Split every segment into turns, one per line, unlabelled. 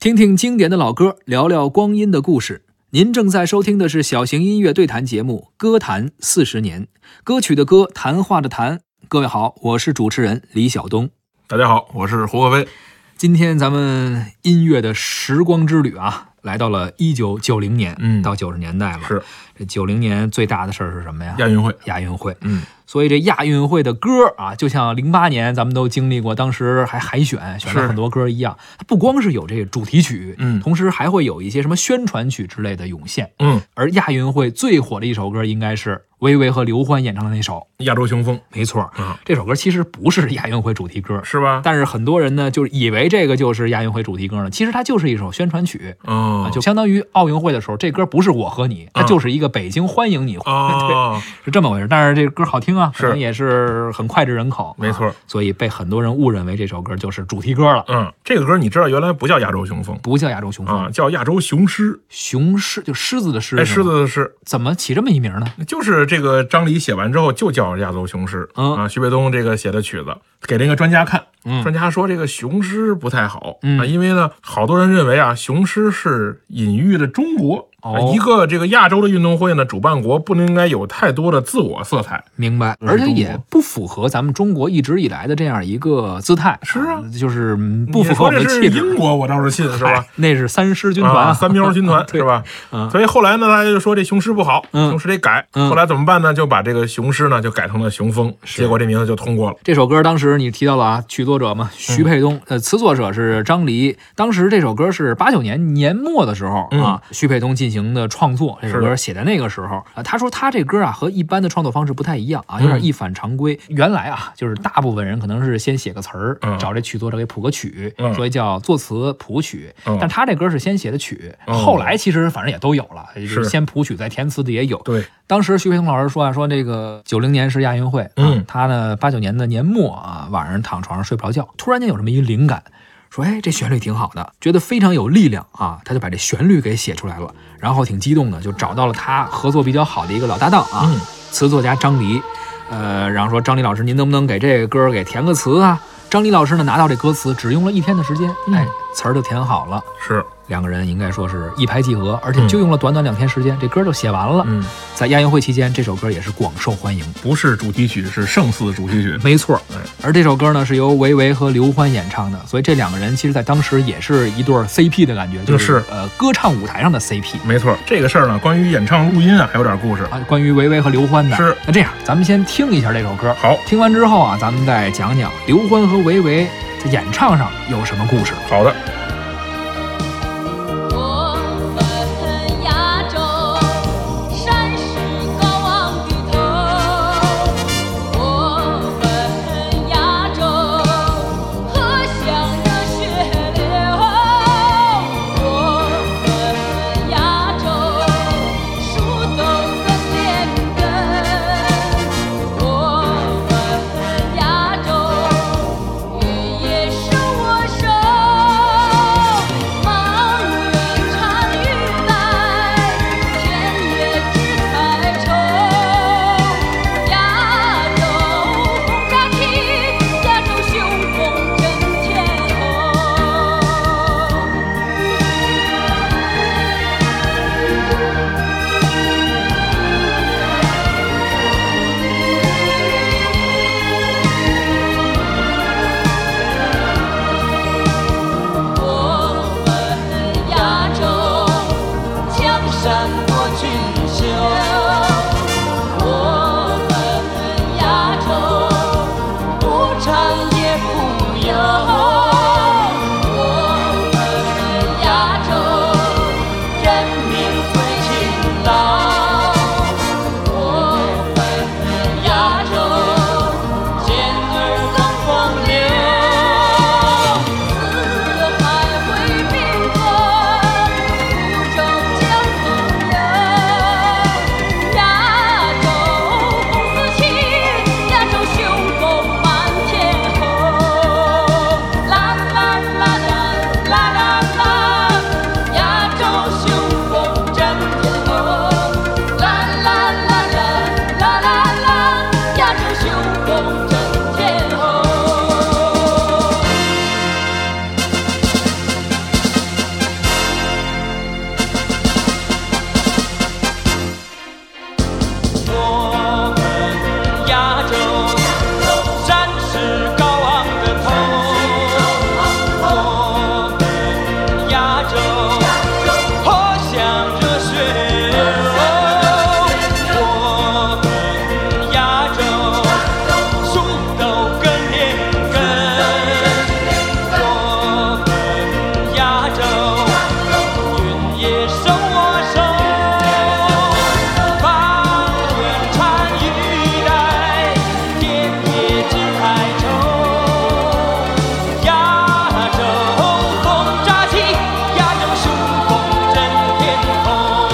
听听经典的老歌，聊聊光阴的故事。您正在收听的是小型音乐对谈节目《歌坛四十年》，歌曲的歌，谈话的谈。各位好，我是主持人李晓东。
大家好，我是胡可飞。
今天咱们音乐的时光之旅啊，来到了一九九零年，
嗯
到九十年代了。
是
这九零年最大的事儿是什么呀？
亚运会，
亚运会。
嗯，
所以这亚运会的歌啊，就像零八年咱们都经历过，当时还海选选了
是
很多歌一样，它不光是有这个主题曲，
嗯
同时还会有一些什么宣传曲之类的涌现。
嗯，
而亚运会最火的一首歌应该是薇薇和刘欢演唱的那首，
亚洲雄风
没错，
嗯
这首歌其实不是亚运会主题歌，
是吧？
但是很多人呢就是以为这个就是亚运会主题歌呢，其实它就是一首宣传曲。
嗯
啊，就相当于奥运会的时候，这歌不是我和你，它
嗯
就是一个北京欢迎你，
哦，
是这么回事。但是这歌好听啊，
是
可能也是很脍炙人口，
没错
啊所以被很多人误认为这首歌就是主题歌了，
嗯，这个歌你知道原来不叫亚洲雄风
不叫亚洲雄风，
啊，叫亚洲雄狮。
雄狮就狮子的狮，
哎，
嗯是
狮
吗
子的狮，
怎么起这么一名呢？
就是这个张黎写完之后就叫亚洲雄狮
嗯
啊。徐卫东这个写的曲子给这个专家看，
嗯
专家说这个雄狮不太好
嗯
啊，因为呢，好多人认为啊，雄狮是隐喻了中国。啊
哦
一个这个亚洲的运动会呢，主办国不应该有太多的自我色彩。
明白，
是
而且
嗯中国
也不符合咱们中国一直以来的这样一个姿态，
是啊
就是嗯不
你
符合
说
我们
这
的
是
气质，
英国，我倒是信，是吧
哎？那是三狮军团
啊，
啊，
三喵军团
对
是吧
嗯？
所以后来呢，大家就说这雄狮不好，
嗯
雄狮得改。
嗯
后来怎么办呢？就把这个雄狮呢就改成了雄风，
是
结果这名字就通过了。
这首歌当时你提到了啊，曲作者嘛，
嗯
徐沛东，呃，词作者是张黎。当时这首歌是八九年年末的时候
嗯
啊，徐沛东进行的创作，这首歌写在那个时候啊。他说他这歌啊和一般的创作方式不太一样啊，有
嗯
点一反常规。原来啊，就是大部分人可能是先写个词儿，
嗯
找这曲作者给谱个曲，
嗯
所以叫作词谱曲。
嗯
但他这歌是先写的曲，
哦
后来其实反正也都有了，就是
是
先谱曲再填词的也有。
对，
当时徐培东老师说啊，说这个九零年是亚运会，啊
嗯
他呢八九年的年末啊，晚上躺床上睡不着觉，突然间有这么一灵感，说哎这旋律挺好的，觉得非常有力量啊，他就把这旋律给写出来了，然后挺激动的，就找到了他合作比较好的一个老搭档啊，
嗯
词作家张黎，呃，然后说张黎老师您能不能给这个歌给填个词啊？张黎老师呢拿到这歌词只用了一天的时间，
嗯
哎，词儿就填好了。
是，
两个人应该说是一拍即合，而且就用了短短两天时间，这歌就写完了。
嗯，
在亚运会期间，这首歌也是广受欢迎。
不是主题曲，是胜似主题曲。
没错
哎，
而这首歌呢是由维维和刘欢演唱的，所以这两个人其实，在当时也是一对儿 CP 的感觉，就
就是
呃歌唱舞台上的 CP
没错，这个事儿呢，关于演唱录音啊，还有点故事。
啊。关于维维和刘欢的，
是
那这样，咱们先听一下这首歌，
好，
听完之后啊，咱们再讲讲刘欢和维维在演唱上有什么故事。
好的，
我们亚洲山是高昂的头，我们亚洲河向热血流，我们亚洲树都的连根，我们亚洲。雨也是我手，
亚洲，云野手我手，方寸缠玉带，天野之海愁。亚洲风乍起，亚洲雄风震天空。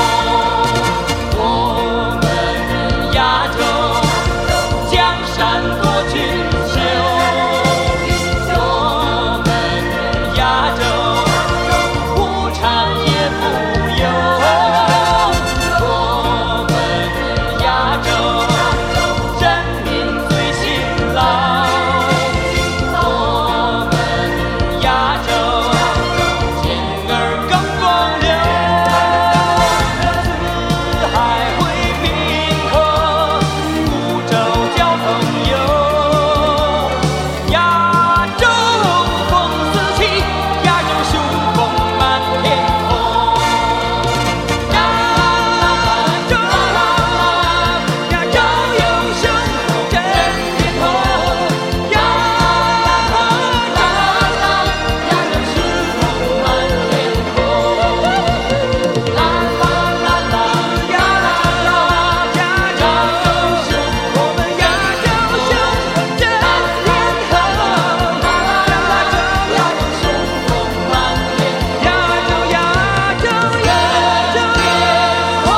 我们人亚洲，江山多俊秀。我们人亚洲，无产也富有。我们人亚洲，人民最勤劳。我们人亚洲，健儿更光荣。四海会宾客，孤舟交朋友。亚洲风四起，亚洲雄风满天空。亚洲，亚洲英雄震天空。亚洲，亚洲雄风满天空。啦啦啦啦，亚洲，亚洲雄，我们亚洲雄震天空。亚洲，亚洲雄风满天空。亚洲，亚洲，亚洲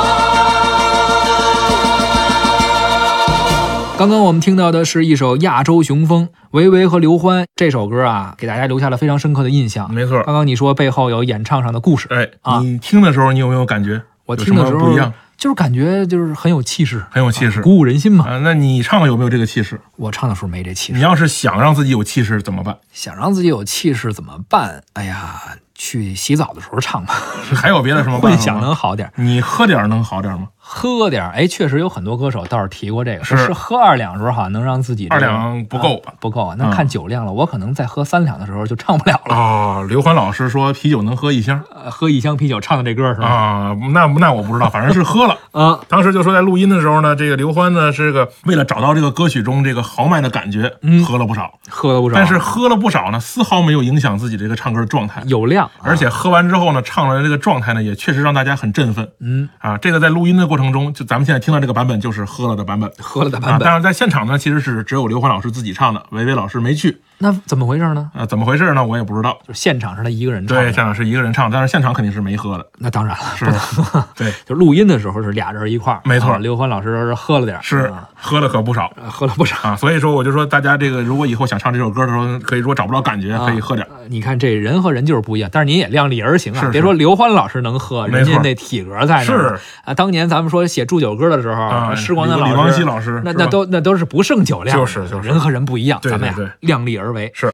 刚刚我们听到的是一首《亚洲雄风》，维维和刘欢这首歌啊，给大家留下了非常深刻的印象。
没错
刚刚你说背后有演唱上的故事，
哎，
啊
你听的时候你有没有感觉？
我
有
听的
什
时
么
候
不一样，
就是感觉就是很有气势，
很有气势
鼓舞人心嘛。
啊。那你唱有没有这个气势？
我唱的时候没这气
你
势，
要是想让自己有气势怎么办？
想让自己有气势怎么办？哎呀，去洗澡的时候唱吧，
还有别的什么办
混
法
响
吗？
能好点儿。
你喝点儿能好点儿吗？
喝点儿，哎，确实有很多歌手倒是提过这个，
是
说喝二两的时候好像能让自己这个、
二两不够嗯
啊
吧
不够啊。那看酒量了，我可能再喝三两的时候就唱不了了。
啊，刘欢老师说啤酒能喝一箱
呃喝一箱啤酒唱的这歌是吧？
啊，那那我不知道，反正是喝了。
啊，
当时就说在录音的时候呢，这个刘欢呢是个为了找到这个歌曲中这个豪迈的感觉，喝了不少，
喝了不少，
嗯但是喝了不少呢，丝毫没有影响自己这个唱歌的状态。
有量啊、
而且喝完之后呢，唱的这个状态呢，也确实让大家很振奋。
嗯
啊，这个在录音的过程中，就咱们现在听到这个版本就是喝了的版本。
喝了的
啊
版，本、
但是在现场呢，其实是只有刘欢老师自己唱的，维维老师没去。
那怎么回事呢？
啊，怎么回事呢？我也不知道。
就是现场是他一个人唱
对，
的，
现场是一个人唱，但是现场肯定是没喝的。
那当然了，
是，对，
就录音的时候是俩人一块儿，
没错
啊刘欢老师是喝了点儿，
是
啊
喝了可不少
喝了不少。
啊。所以说，我就说大家这个，如果以后想唱这首歌的时候，可以说找不着感觉， 可以喝点。
呃你看这人和人就是不一样，但是您也量力而行啊！
是是
别说刘欢老师能喝，
没
人
错
家那体格在那儿
是
啊。当年咱们说写祝酒歌的时候，
啊
施光南
李
老师、
李王熙老师
那
是
那
吧
都那都是不胜酒量的，
就是就是
人和人不一样，
对
咱们
对
呀
对
量力而为。
是